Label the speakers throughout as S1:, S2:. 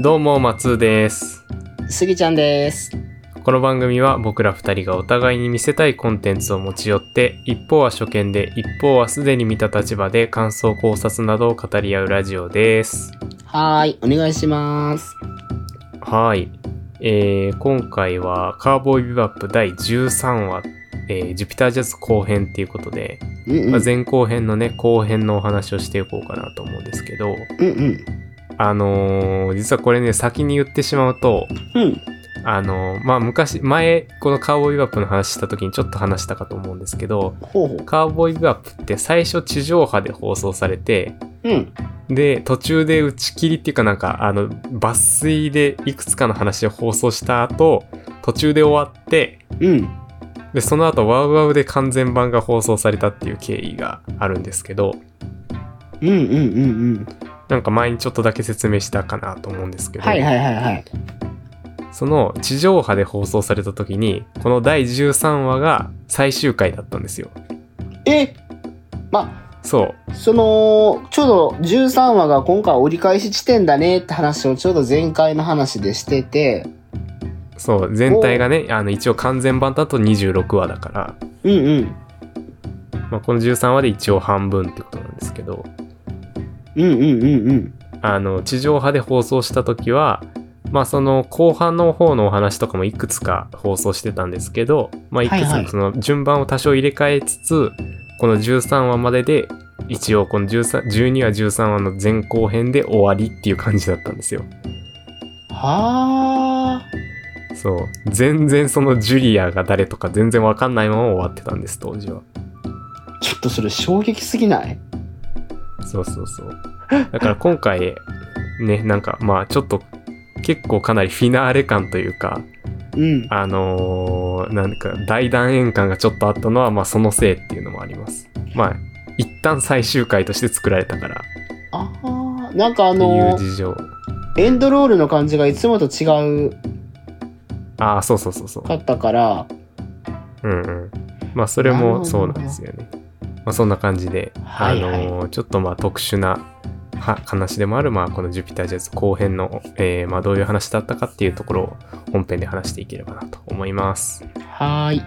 S1: どうも松尾です
S2: すぎちゃんです。
S1: この番組は僕ら二人がお互いに見せたいコンテンツを持ち寄って一方は初見で一方はすでに見た立場で感想考察などを語り合うラジオです
S2: はーい、お願いします。
S1: はい、えー今回は「カーボーイビバップ第13話、えージュピタージャズ後編」っていうことで、
S2: うん
S1: ま
S2: う
S1: あ
S2: ん。
S1: 前後編のね後編のお話をしていこうかなと思うんですけど
S2: うんうん。
S1: あのー実はこれね先に言ってしまうと
S2: うん。
S1: あの、まあ、昔、前、このカウボーイビバップの話した時にちょっと話したかと思うんですけど、
S2: ほうほう。
S1: カウボーイビバップって最初地上波で放送されて、
S2: うん。
S1: で、途中で打ち切りっていうかなんか、あの、抜粋でいくつかの話を放送した後、途中で終わって、
S2: うん。
S1: で、その後ワウワウで完全版が放送されたっていう経緯があるんですけど、
S2: うんうんうん
S1: なんか前にちょっとだけ説明したかなと思うんです
S2: う
S1: け
S2: ん。
S1: ど、
S2: はいはいはいはい。
S1: その地上波で放送された時に、この第13話が最終回だったんですよ。
S2: えま、
S1: そ
S2: その、ちょうど13話が今回折り返し地点だねって話をちょうど前回の話でしてて、
S1: うそう全体がねあの一応完全版だと26話だか
S2: うんうん。
S1: ら、まあ、この13話で一応半分ってことなんですけど
S2: うんうんうんうん。
S1: あの地上波で放送した時はまあその後半の方のお話とかもいくつか放送してたんですけど、まあ、いくつ
S2: はいはい
S1: もその順番を多少入れ替えつつ、この13話までで一応この13 12話13話の前後編で終わりっていう感じだったんですよ。
S2: はあ。
S1: そう全然そのジュリアが誰とか全然わかんないまま終わってたんです当時は。
S2: ちょっとそれ衝撃すぎない
S1: そうそうそう。だから今回、ね、なんかまあちょっと結構かなりフィナーレ感というか、
S2: うん。
S1: あのーなんか大断円感がちょっとあったのはまあそのせいっていうのもあります。まあ一旦最終回として作られたからっ
S2: ああ。なんかあ
S1: ていう
S2: の、
S1: 事情。
S2: エンドロールの感じがいつもと違う
S1: ああ、そうそうそうそう。
S2: かったから、
S1: うんうん。まあそれもそうなんですよね。まあそんな感じで、
S2: はいはい
S1: あのーちょっとまあ特殊なは話でもある、まあこのジュピタージャズ後編の、えーまあどういう話だったかっていうところを本編で話していければなと思います。
S2: はーい。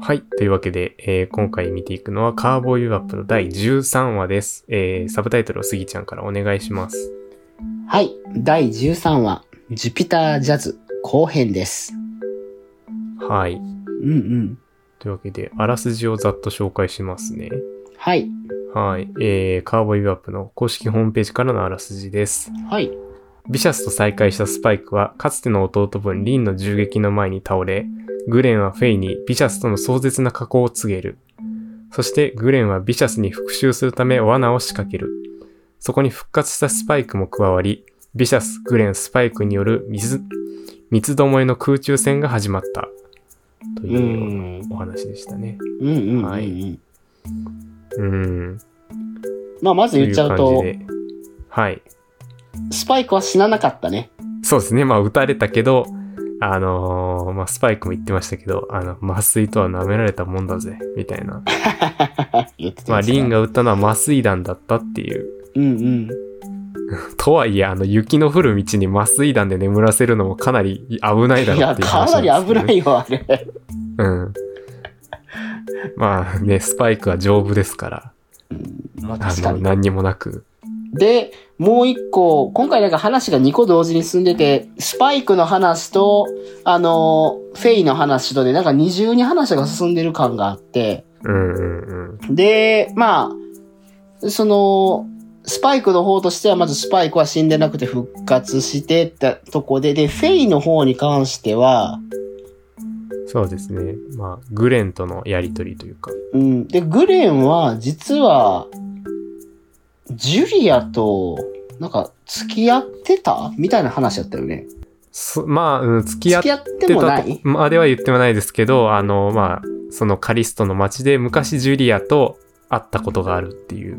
S1: はい。というわけで、えー今回見ていくのはカーボーイビバップの第13話です。えーサブタイトルをスギちゃんからお願いします。
S2: はい。第13話、ジュピタージャズ後編です。
S1: はい。
S2: うんうん。
S1: というわけで、あらすじをざっと紹介しますね。
S2: はい。
S1: はい。えー、カーボーイビバップの公式ホームページからのあらすじです。
S2: はい。
S1: ビシャスと再会したスパイクは、かつての弟分リンの銃撃の前に倒れ、グレンはフェイにビシャスとの壮絶な過去を告げる。そして、グレンはビシャスに復讐するため罠を仕掛ける。そこに復活したスパイクも加わり、ビシャス、グレン、スパイクによる水、三つどもえの空中戦が始まった。と
S2: う。
S1: いうようなんお話でしたね。
S2: うんうんうんうん。
S1: はいうん。
S2: まあ、まず言っちゃうと
S1: い、う感じで。はい。
S2: スパイクは死ななかったね。
S1: そうですね。まあ、撃たれたけど、あのーまあ、スパイクも言ってましたけど、あの、麻酔とは舐められたもんだぜ、みたいな。
S2: 言ってた
S1: まあ、
S2: やつだ
S1: リン。が撃ったのは麻酔弾だったっていう。
S2: うん
S1: とはいえ、あの、雪の降る道に麻酔弾で眠らせるのもかなり危な
S2: うん。
S1: いだ
S2: い
S1: ろう
S2: や、
S1: っていう
S2: か
S1: 話
S2: なんり
S1: ですけど
S2: 危
S1: ね
S2: ないよ、あれ。
S1: うん。まあね、スパイクは丈夫ですから、
S2: まあ、
S1: あ
S2: 確か
S1: の、
S2: に。
S1: 何にもなく。
S2: で、もう一個、今回なんか話が2個同時に進んでて、スパイクの話と、あの、フェイの話とで、なんか二重に話が進んでる感があって、
S1: うんうんうん。
S2: で、まあ、その、スパイクの方としては、まずスパイクは死んでなくて復活してってとこで、で、フェイの方に関しては、
S1: そうですね。まあ、グレンとのやりとりというか。
S2: うん、で、グレンは、実は、ジュリアと、なんか、付き合ってたみたいな話だったよね。
S1: そまあ、うん、付き合
S2: 付
S1: っ
S2: き合ってもない
S1: とまでは言ってもないですけど、あの、まあ、そのカリストの町で昔ジュリアと会ったことがあるっていう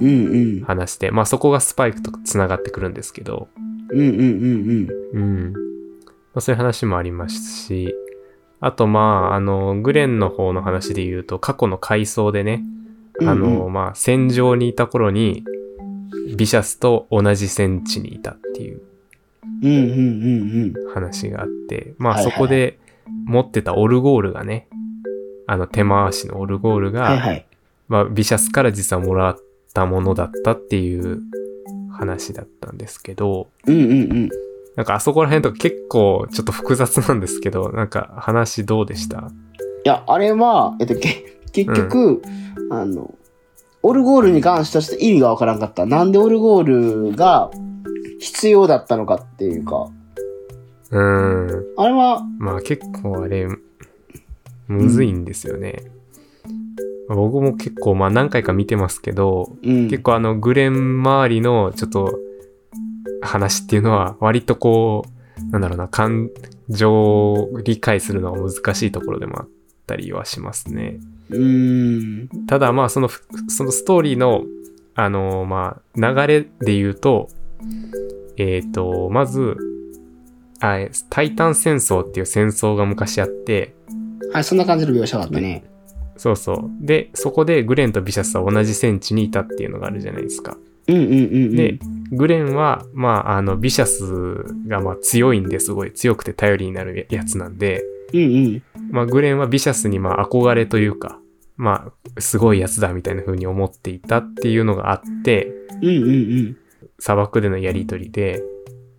S2: うんうん。
S1: 話で、まあそこがスパイクと繋がってくるんですけど、
S2: うんうんうんうん。
S1: うん。まあそういう話もありますし、あと、まあ、あの、グレンの方の話で言うと、過去の回想でね、あの、
S2: うんう
S1: まあ、戦場にいた頃に、ビシャスと同じ戦地にいたっていう
S2: うんうんうん
S1: 話があって、まあ、
S2: はいはい
S1: そこで持ってたオルゴールがね、あの、手回しのオルゴール
S2: うん。
S1: が、
S2: はいはい。
S1: まあ、ビシャスから実はもらったものだったっていう話だったんですけど、
S2: うんうんうん。
S1: なんかあそこら辺とか結構ちょっと複雑なんですけど、なんか話どうでした
S2: いや、あれは、えっと、け結局、あの、オルゴールに関してはちょっと意味がわからんかった。なんでオルゴールが必要だったのかっていうか、
S1: うーん。
S2: あれは、
S1: まあ結構あれ、むずいんですよね。僕も結構まあ何回か見てますけど、
S2: うん。
S1: 結構あのグレン周りのちょっと話っていうのは割とこう、なんだろうな、感情を理解するのは難しいところでもあったりはしますね。
S2: うーん。
S1: ただまあそのふそのストーリーのあのまあ流れで言うとえっ、とまずあえタイタン戦争っていう戦争が昔あって
S2: はい、そんな感じの描写だったね。
S1: そうそうでそこでグレンとビシャスは同じ戦地にいたっていうのがあるじゃないですか
S2: うんうんうんうん。
S1: で、グレンはまああのビシャスがまあ強いんですごい強くて頼りになるやつなんで
S2: うんうん。
S1: まあ、グレンはビシャスにまあ憧れというか、まあ、すごいやつだみたいな風に思っていたっていうのがあって、
S2: うんうん
S1: 砂漠でのやりとりで、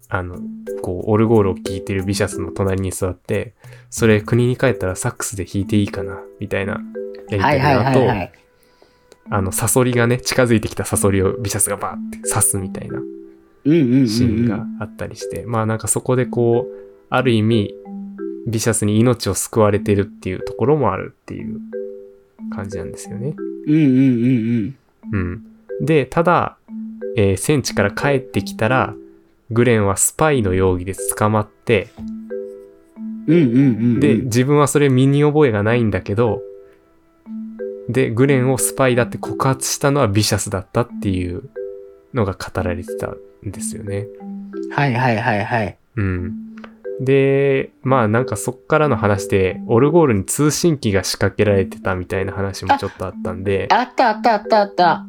S1: あの、こう、オルゴールを聴いてるビシャスの隣に座って、それ国に帰ったらサックスで弾いていいかな、みたいなやりと
S2: う
S1: り
S2: ん。はいはい
S1: の
S2: は
S1: 後、
S2: いはい。
S1: あの、サソリがね、近づいてきたサソリをビシャスがバーって刺すみたいな
S2: うんうんうんうん。
S1: シーンがあったりして、まあなんかそこでこう、ある意味、ビシャスに命を救われてるっていうところもあるっていう感じなんですよね。
S2: うんうんうん
S1: うん。で、ただ、えー戦地から帰ってきたら、グレンはスパイの容疑で捕まって、
S2: うん。うんうんうんうん。
S1: で、自分はそれ身に覚えがないんだけど、で、グレンをスパイだって告発したのはビシャスだったっていうのが語られてたんですよね。
S2: はいはいはいはい。
S1: うん。で、まあなんかそっからの話で、オルゴールに通信機が仕掛けられてたみたいな話もちょっとあったんで、
S2: あったあったあったあった。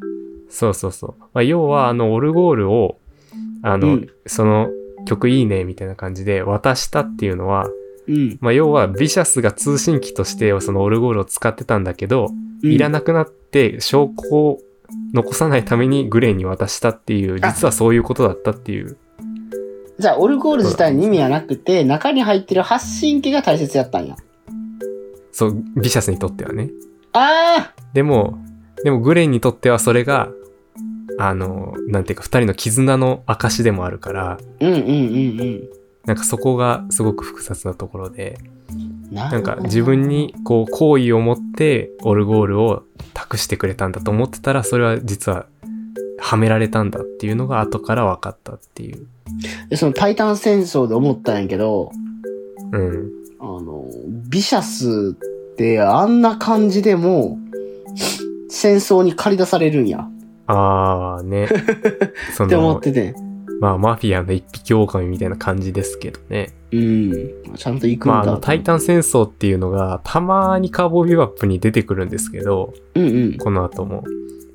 S1: そうそうそう。まあ、要はあのオルゴールを、あの、
S2: うん
S1: その曲いいねみたいな感じで渡したっていうのは、
S2: うん。
S1: まあ、要はビシャスが通信機としてそのオルゴールを使ってたんだけど、いら
S2: な
S1: なくなって証拠を残さないためにグレンに渡したっていう、
S2: あ
S1: 実はそういうことだったっていう。
S2: じゃあ、オルゴール自体に意味はなくて、中に入ってる発信機が大切やったんや。
S1: そう、ビシャスにとってはね。
S2: あ
S1: でも、でもグレンにとってはそれが、あの、なんていうか二人の絆の証でもあるから、
S2: ーうんうんうん
S1: なんかそこがすごく複雑なところで、
S2: うん。な
S1: なん
S2: るほ
S1: か
S2: ど
S1: 自分。にこう好意を持ってオルゴールを託してくれたんだと思ってたらそれは実ははめられたんだっていうのが後から分かったっていう。
S2: でそのタイタン戦争で思ったんやけど、
S1: うん。
S2: あの、ビシャスってあんな感じでも、戦争に駆り出されるんや。
S1: ああ ね。そ
S2: って思っ
S1: の、
S2: てて。
S1: まあマフィアの一匹狼みたいな感じですけどね。
S2: うん。ちゃんと行くん
S1: まあ
S2: だ。
S1: あのタイタン戦争っていうのがたまにカーボービューアップに出てくるんですけど、
S2: うんうん。
S1: この後も。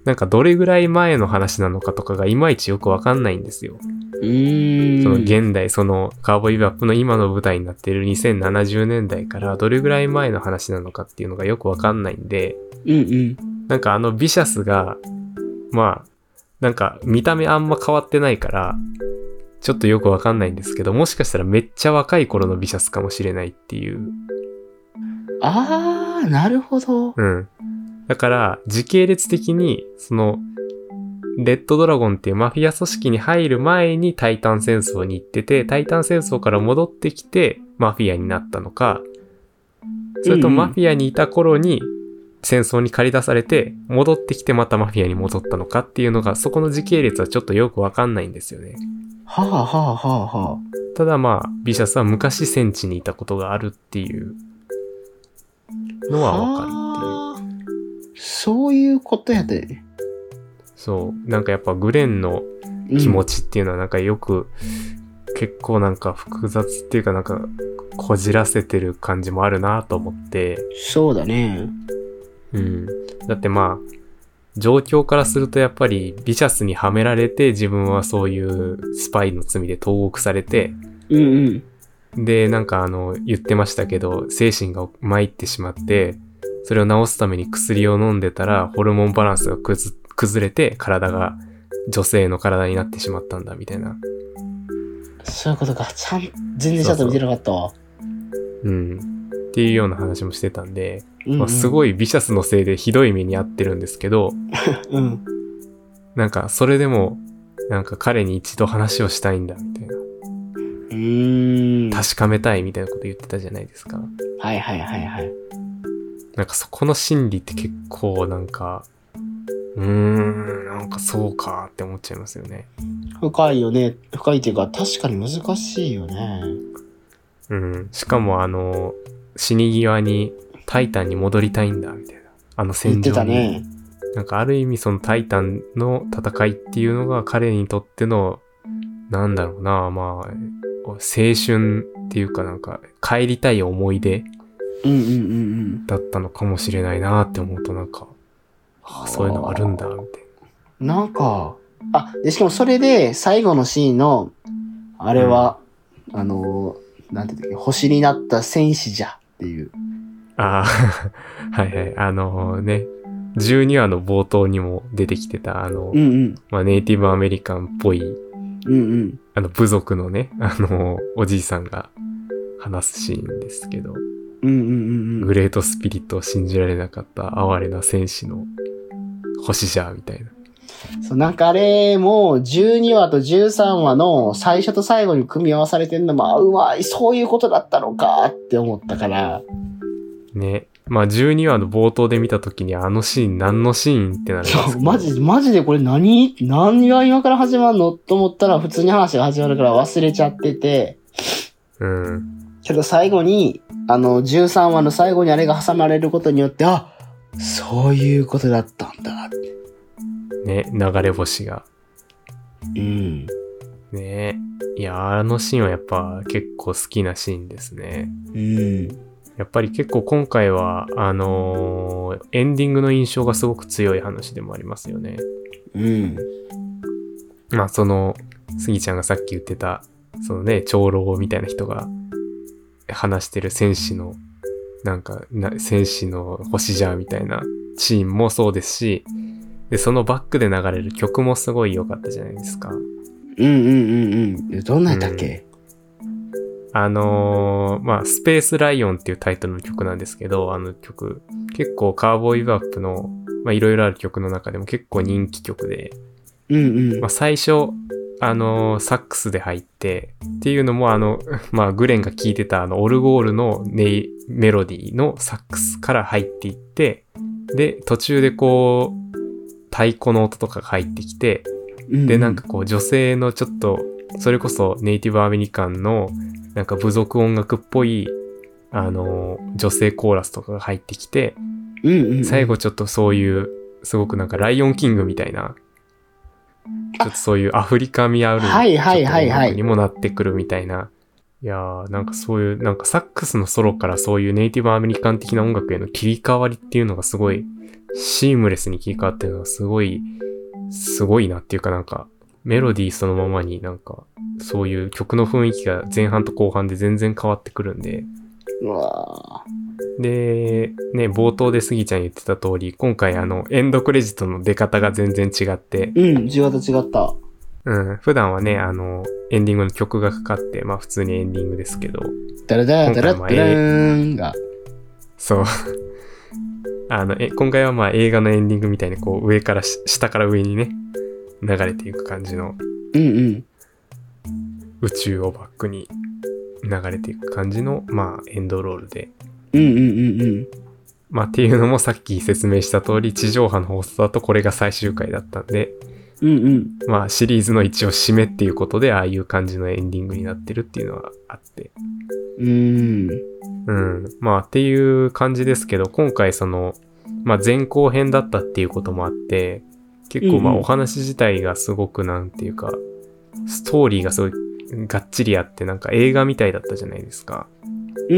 S1: なんかどれぐらい前の話なのかとかがいまいちよくわかんないんですよ。
S2: うーん。
S1: その現代、そのカーボーイバップの今の舞台になっている2070年代からどれぐらい前の話なのかっていうのがよくわかんないんで、
S2: うんうん。
S1: なんかあのビシャスが、まあ、なんか見た目あんま変わってないから、ちょっとよくわかんないんですけど、もしかしたらめっちゃ若い頃のビシャスかもしれないっていう。
S2: あー、なるほど。
S1: うん。だから、時系列的に、その、レッドドラゴンっていうマフィア組織に入る前にタイタン戦争に行ってて、タイタン戦争から戻ってきてマフィアになったのか、それと
S2: うんうん
S1: マフィアにいた頃に戦争に駆り出されて、戻ってきてまたマフィアに戻ったのかっていうのが、そこの時系列はちょっとよくわかんないんですよね。
S2: はあはあはあはあ。
S1: ただまあ、ビシャスは昔戦地にいたことがあるっていうのはわかるっていう。
S2: っていう。そういうことやで、ね。
S1: そう。なんかやっぱグレンの
S2: うん
S1: 気持ちっていうのはなんかよく、結構なんか複雑っていうかなんかこじらせてる感じもあるなと思って、
S2: そうだね。
S1: うん。だってまあ、状況からするとやっぱりビシャスにはめられて自分はそういうスパイの罪で投獄されて、
S2: うんうん。
S1: で、なんかあの、言ってましたけど、精神が参ってしまって、それを治すために薬を飲んでたら、ホルモンバランスがくず崩れて、体が女性の体になってしまったんだ、みたいな。
S2: そういうことか。ちゃん、全然ちゃんと見てなかったわ。
S1: うん。っていうような話もしてたんで、
S2: うん
S1: まあ、すご
S2: い。
S1: いビシャスのせいでひどい目に遭ってるんですけど、
S2: うん。
S1: なんかそれでも、なんか彼に一度話をしたいんだ、みたいな。
S2: うーん。はい
S1: 確かめたいみたいなこと言ってたじゃないですか。
S2: はいはいはい。
S1: なんかそこの心理って結構なんか、うーん、なんかそうかって思っちゃいますよね。
S2: 深いよね。深いというか、確かに難しいよね。
S1: うん。しかもあの、死に際にタイタンに戻りたいんだ、みたいな。あの
S2: 言
S1: 戦場
S2: っ
S1: に。
S2: てたね。
S1: なんかある意味そのタイタンの戦いっていうのが彼にとっての、なんだろうな、まあ、青春っていうかなんか帰りたい思い出
S2: うんうんうんうん。
S1: だったのかもしれないなって思うとなんか、あそういうのあるんだ、みたい
S2: なんか、あ、で、しかもそれで最後のシーンの、あれは、あのー、なんていうんだっけ、星になった戦士じゃっていう。
S1: な。ああ、はいはい。あのね、12話の冒頭にも出てきてた、あの、
S2: うんうん。
S1: まあ、ネイティブアメリカンっぽい、
S2: うんうん。
S1: あの、部族のね、あの、おじいさんが話すシーンですけど、
S2: うんうんうんうん。
S1: グレートスピリットを信じられなかった哀れな戦士の星じゃ、みたいな。
S2: そう、なんかあれ、もう12話と13話の最初と最後に組み合わされてんのも、あ、うまい、そういうことだったのかって思ったから。
S1: ね。まあ、12話の冒頭で見たときに、あのシーン何のシーンってなります
S2: そう、マジ、マジでこれ何何が今から始まるのと思ったら普通に話が始まるから忘れちゃってて。
S1: うん。
S2: けど最後に、あの、13話の最後にあれが挟まれることによって、あ、そういうことだったんだって。
S1: ね、流れ星が。
S2: うん。
S1: ねいや、あのシーンはやっぱ結構好きなシーンですね。
S2: うん。
S1: やっぱり結構今回は、あのーエンディングの印象がすごく強い話でもありますよね。
S2: うん。
S1: まあ、その、スギちゃんがさっき言ってた、そのね、長老みたいな人が話してる戦士の、なんか、な戦士の星じゃみたいなシーンもそうですし、で、そのバックで流れる曲もすごい良かったじゃないですか。
S2: うんうんうんうん。どんなんやったっけ、
S1: あのーまあ、スペースライオンっていうタイトルの曲なんですけど、あの曲、結構カーボーイビバップの、まあ、いろいろある曲の中でも結構人気曲で、
S2: うん、うんうん
S1: まあ、最初、あのーサックスで入って、っていうのもあの、 まあ、グレンが聴いてたあの、オルゴールのネイメロディーのサックスから入っていって、で、途中でこう、太鼓の音とかが入ってきて、で、なんか、こう女性のちょっと、それこそネイティブアメリカンの、なんか部族音楽っぽい、あの、女性コーラスとかが入ってきて、
S2: うんうんうん、
S1: 最後ちょっとそういう、すごくなんかライオンキングみたいな、ちょっとそういうアフリカ味ある、
S2: はいはいは
S1: ちょっ
S2: いはい
S1: と音楽にもなってくるみたいな。いやー、なんかそういう、なんかサックスのソロからそういうネイティブアメリカン的な音楽への切り替わりっていうのがすごい、シームレスに切り替わってるのがすごい、すごいなっていうかなんか、メロディーそのままになんか、そういう曲の雰囲気が前半と後半で全然変わってくるんで、
S2: うわー
S1: で、ね、冒頭でスギちゃん言ってた通り、今回あの、エンドクレジットの出方が全然違って、
S2: うん、10話と違った。
S1: うん、普段はね、あの、エンディングの曲がかかって、まあ普通にエンディングですけど、
S2: ダラダラダラ
S1: 今
S2: ダ
S1: 回も
S2: ラーンが。
S1: そう。 あの、え、今回はまあ映画のエンディングみたいにこう上からし、下から上にね、流れていく感じの
S2: うんうん。
S1: 宇宙をバックに流れていく感じの、まあエンドロールで、
S2: うんうんうんうん。
S1: まあっていうのもさっき説明した通り、地上波の放送だとこれが最終回だったんで、
S2: うんうん。
S1: まあシリーズの一応締めっていうことでああいう感じのエンディングになってるっていうのはあって。
S2: うーん。
S1: うん。まあっていう感じですけど、今回その、まあ前後編だったっていうこともあって、結構まあ
S2: うんうん
S1: お話自体がすごくなんていうか、ストーリーがすごいがっちりあってなんか映画みたいだったじゃないですか。
S2: うんうんう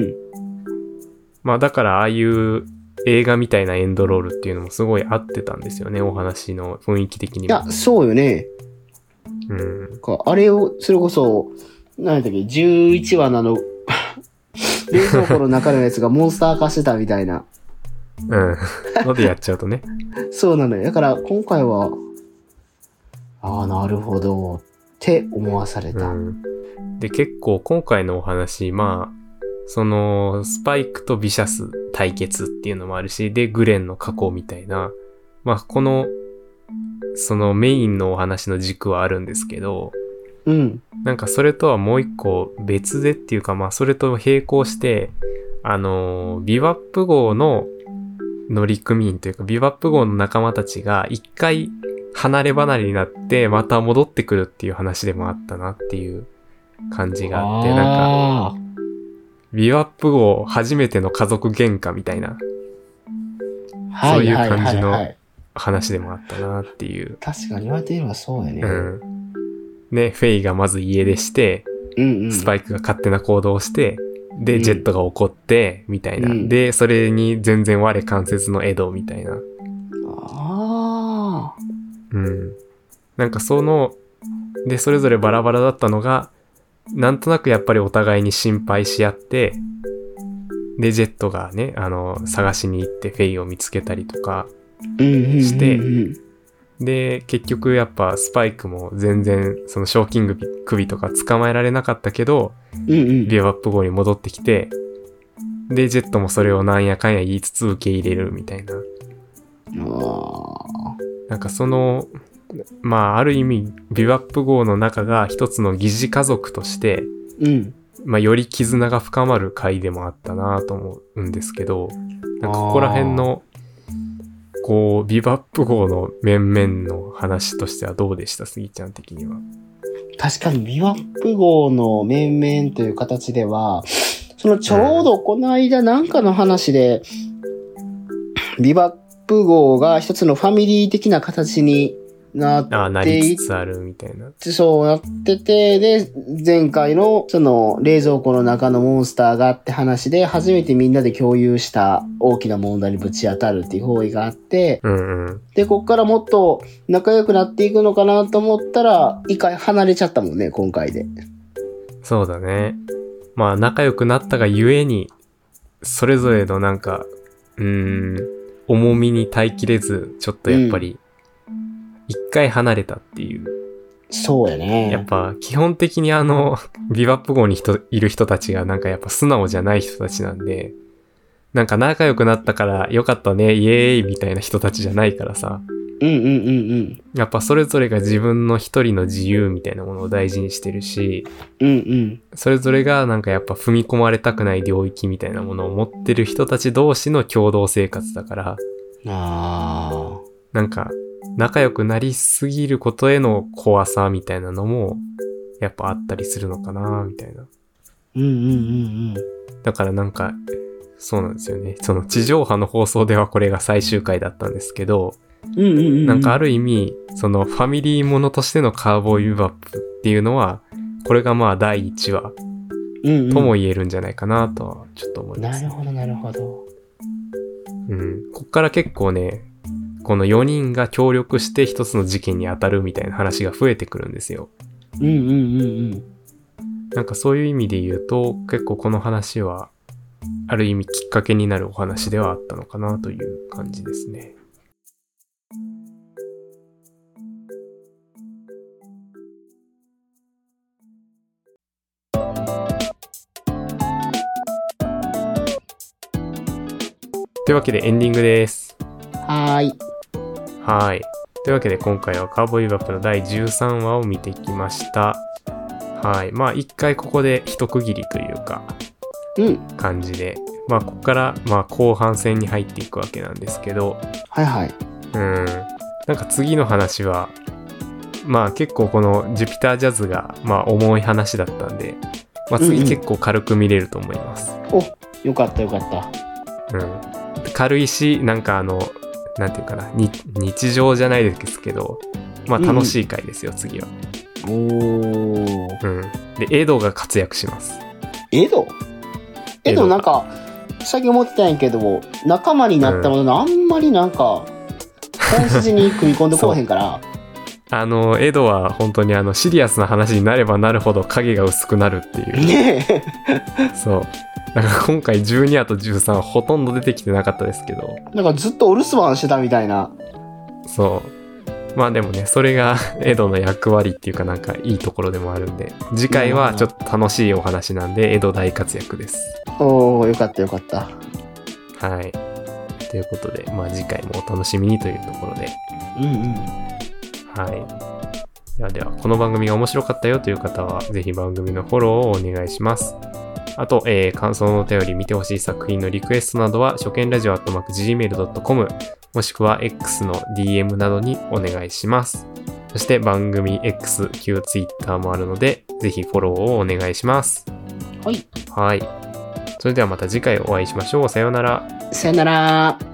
S2: んうん。
S1: まあだからああいう映画みたいなエンドロールっていうのもすごい合ってたんですよね、お話の雰囲気的に
S2: い
S1: も
S2: や。、そうよね。
S1: うん。
S2: か、あれを、それこそ、何だっけ、11話なの、冷蔵庫の中のやつがモンスター化してたみたいな。
S1: うん。 のでやっちゃうとね。
S2: そうなのよ。だから、今回は、ああ、なるほど、って思わされ
S1: う
S2: た。
S1: ん。で、結構今回のお話、まあ、その、スパイクとビシャス対決っていうのもあるし、で、グレンの過去みたいな、まあこの、そのメインのお話の軸はあるんですけど、
S2: うん。
S1: なんかそれとはもう一個別でっていうかまあそれと並行してあのービバップ号の乗組員というかビバップ号の仲間たちが一回離れ離れになってまた戻ってくるっていう話でもあったなっていう感じがあってなんか
S2: あー
S1: ビバップ号初めての家族喧嘩みたいな
S2: は
S1: そういう
S2: はは
S1: 感じの
S2: はい
S1: 話でもあったなっていう。
S2: 確かに言われてみればそうやね。
S1: う。ん。ね、フェイがまず家出して、
S2: うんうん。
S1: スパイクが勝手な行動をして、
S2: う
S1: で、
S2: ん
S1: ジェットが怒って、みたいな。
S2: うん
S1: で、それに全然我関節のエド、みたいな。
S2: ああ。
S1: うん。なんかその、で、それぞれバラバラだったのが、なんとなくやっぱりお互いに心配し合って、で、ジェットがね、あの、探しに行ってフェイを見つけたりとか、
S2: うんうんうんうん。
S1: して
S2: うん
S1: で、結局やっぱスパイクも全然、その賞金首とか捕まえられなかったけど、
S2: うん。
S1: ビューバップ号に戻ってきて、で、ジェットもそれをなんやかんや言いつつ受け入れるみたいな。
S2: あ
S1: なんかその、まあ、ある意味、ビューバップ号の中が一つの疑似家族として、
S2: ーうん。
S1: まあ、より絆が深まる回でもあったなと思うんですけど、なんかここら辺の、こう、ビューバップ号の面々の話としてはどうでした、スギちゃん的には。
S2: 確かにビワップ号の面々という形では、そのちょうどこの間なんかの話で、ビワップ号が一つのファミリー的な形にな
S1: ああ、な
S2: で
S1: りつつあるみたいな。
S2: そうなってて、で、前回のその冷蔵庫の中のモンスターがあって話で、初めてみんなで共有した大きな問題にぶち当たるっていう方位があって、
S1: うんうん。
S2: で、こっからもっと仲良くなっていくのかなと思ったら、一回離れちゃったもんね、今回で。
S1: そうだね。まあ仲良くなったがゆえに、それぞれのなんか、うーん、重みに耐えきれず、ちょっとやっぱり、一回離れたっていう。
S2: そうやね。
S1: やっぱ基本的にあの、 ビバップ号に人いる人たちがなんかやっぱ素直じゃない人たちなんで、なんか仲良くなったから良かったね、イエーイみたいな人たちじゃないからさ、
S2: うんうんうんうん。
S1: やっぱそれぞれが自分の一人の自由みたいなものを大事にしてるし、
S2: うんうん。
S1: それぞれがなんかやっぱ踏み込まれたくない領域みたいなものを持ってる人たち同士の共同生活だから、
S2: あ
S1: なんか仲良くなりすぎることへの怖さみたいなのも、やっぱあったりするのかなみたいな。
S2: ー。うんうんうんうん。
S1: だからなんか、そうなんですよね。その地上波の放送ではこれが最終回だったんですけど、
S2: うんうんうん。
S1: なんかあ
S2: る。
S1: る意味、そのファミリーものとしてのカーボーイビバップっていうのは、これがまあ第1話
S2: うんうん、
S1: とも言えるんじゃないかなとはちょっと思います、ね
S2: なるほどなるほど。
S1: うん、こっから結構ね、この4人が協力して一つの事件に当たるみたいな話が増えてくるんですよ。
S2: うんうんうんうん。
S1: なんかそういう意味で言うと、結構この話は、ある意味きっかけになるお話ではあったのかなという感じですね。というわけでエンディングです。
S2: はーい。
S1: はい。というわけで今回はカーボーイビバップの第13話を見てきました。はい。まあ一回ここで一区切りというか
S2: うん。
S1: 感じで、まあここからまあ後半戦に入っていくわけなんですけど、
S2: はいはい。
S1: うん。なんか次の話は、まあ結構このジュピタージャズがまあ重い話だったんで、まあ
S2: うんう
S1: 次
S2: ん
S1: 結構軽く見れると思います。
S2: およかったよかった。
S1: うん、軽いしなんかあのなんていうかなに日常じゃないですけどまあ
S2: うんうん
S1: 楽しい回ですよ、次は、
S2: おー。
S1: うん、でエドが活躍します
S2: エド
S1: エ
S2: え、で
S1: ド
S2: もなんか、最近思ってたんやけど、仲間になったものの、あんまりなんか、本筋に組み込んでこうへんから、
S1: あのエドは本当にあのシリアスな話になればなるほど影が薄くなるっていう
S2: ねえ、
S1: そうだから今回12話と13はほとんど出てきてなかったですけど
S2: なんかずっとお留守番してたみたいな。
S1: そうまあでもねそれが エドの役割っていうかなんかいいところでもあるんで次回はちょっと楽しいお話なんでエド大活躍です
S2: おー、よかったよかった。
S1: はいということでまあ次回もお楽しみにというところで
S2: うんうん。
S1: はい。ではでは、この番組が面白かったよという方は、ぜひ番組のフォローをお願いします。あと、えー感想のお便り、見てほしい作品のリクエストなどは、初見ラジオ .gmail.com、もしくは X の DM などにお願いします。そして番組 X、旧 Twitter もあるので、ぜひフォローをお願いします。
S2: はい。
S1: はい。それではまた次回お会いしましょう。さようなら。
S2: さよなら。